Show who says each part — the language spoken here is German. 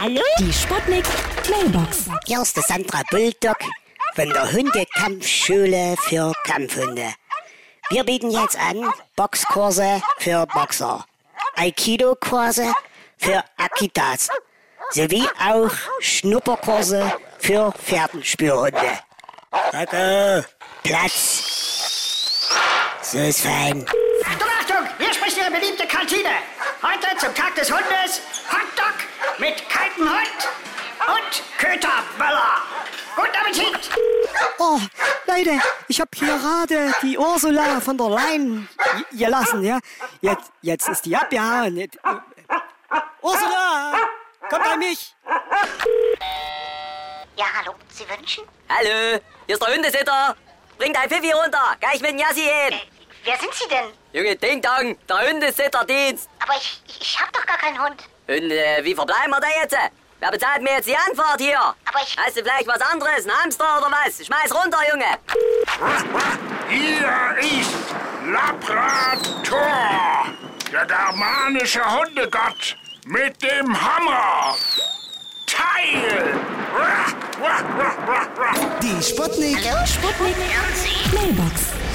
Speaker 1: Hallo?
Speaker 2: Die Sputnik Mailbox.
Speaker 3: Hier ist der Sandra Bulldog von der Hundekampfschule für Kampfhunde. Wir bieten jetzt an Boxkurse für Boxer, Aikido-Kurse für Akitas sowie auch Schnupperkurse für Pferdenspürhunde.
Speaker 4: Danke.
Speaker 3: Platz. So ist fein.
Speaker 5: Achtung, Achtung, hier spricht Ihre beliebte Kantine. Heute zum Tag des Hundes Hotdog mit kaltem Hund und Köterböller. Guten Appetit.
Speaker 6: Oh, Leute, ich habe hier gerade die Ursula von der Leyen j- gelassen, ja? Jetzt, jetzt ist die abgehauen. Jetzt, äh, Ursula, komm bei mich.
Speaker 7: Ja, hallo, Sie wünschen?
Speaker 1: Hallo, hier ist der Hundesitter. Bring dein Pfiffi runter, gleich mit dem Jassi hin.
Speaker 7: Wer sind Sie denn?
Speaker 1: Junge, Ding Dong, der Hundesitterdienst.
Speaker 7: Aber ich, ich, ich hab doch gar keinen Hund.
Speaker 1: Und äh, wie verbleiben wir da jetzt? Wer bezahlt mir jetzt die Anfahrt hier?
Speaker 7: Aber ich-
Speaker 1: Hast du vielleicht was anderes, einen Hamster oder was? Schmeiß runter, Junge.
Speaker 4: Hier ist Labrador, der germanische Hundegott mit dem Hammer. Teil!
Speaker 8: Die Sputnik.
Speaker 2: Mailbox.